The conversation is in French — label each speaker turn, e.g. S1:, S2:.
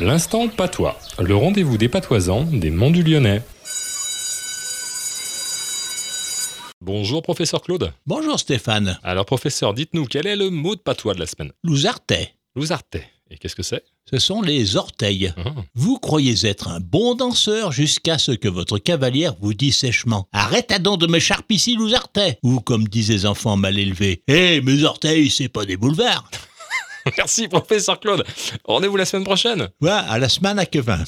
S1: L'instant patois, le rendez-vous des patoisans des Monts du Lyonnais. Bonjour professeur Claude.
S2: Bonjour Stéphane.
S1: Alors professeur, dites-nous quel est le mot de patois de la semaine
S2: Louzartais,
S1: Louzartais. Et qu'est-ce que c'est
S2: ce sont les orteils.
S1: Hein
S2: Vous croyez être un bon danseur jusqu'à ce que votre cavalière vous dise sèchement Arrête à donc de m'écharper ici, Louzartais Ou comme disent les enfants mal élevés Hé, mes orteils, c'est pas des boulevards
S1: Merci professeur Claude. Rendez-vous la semaine prochaine.
S2: Voilà, à la semaine à Quevin.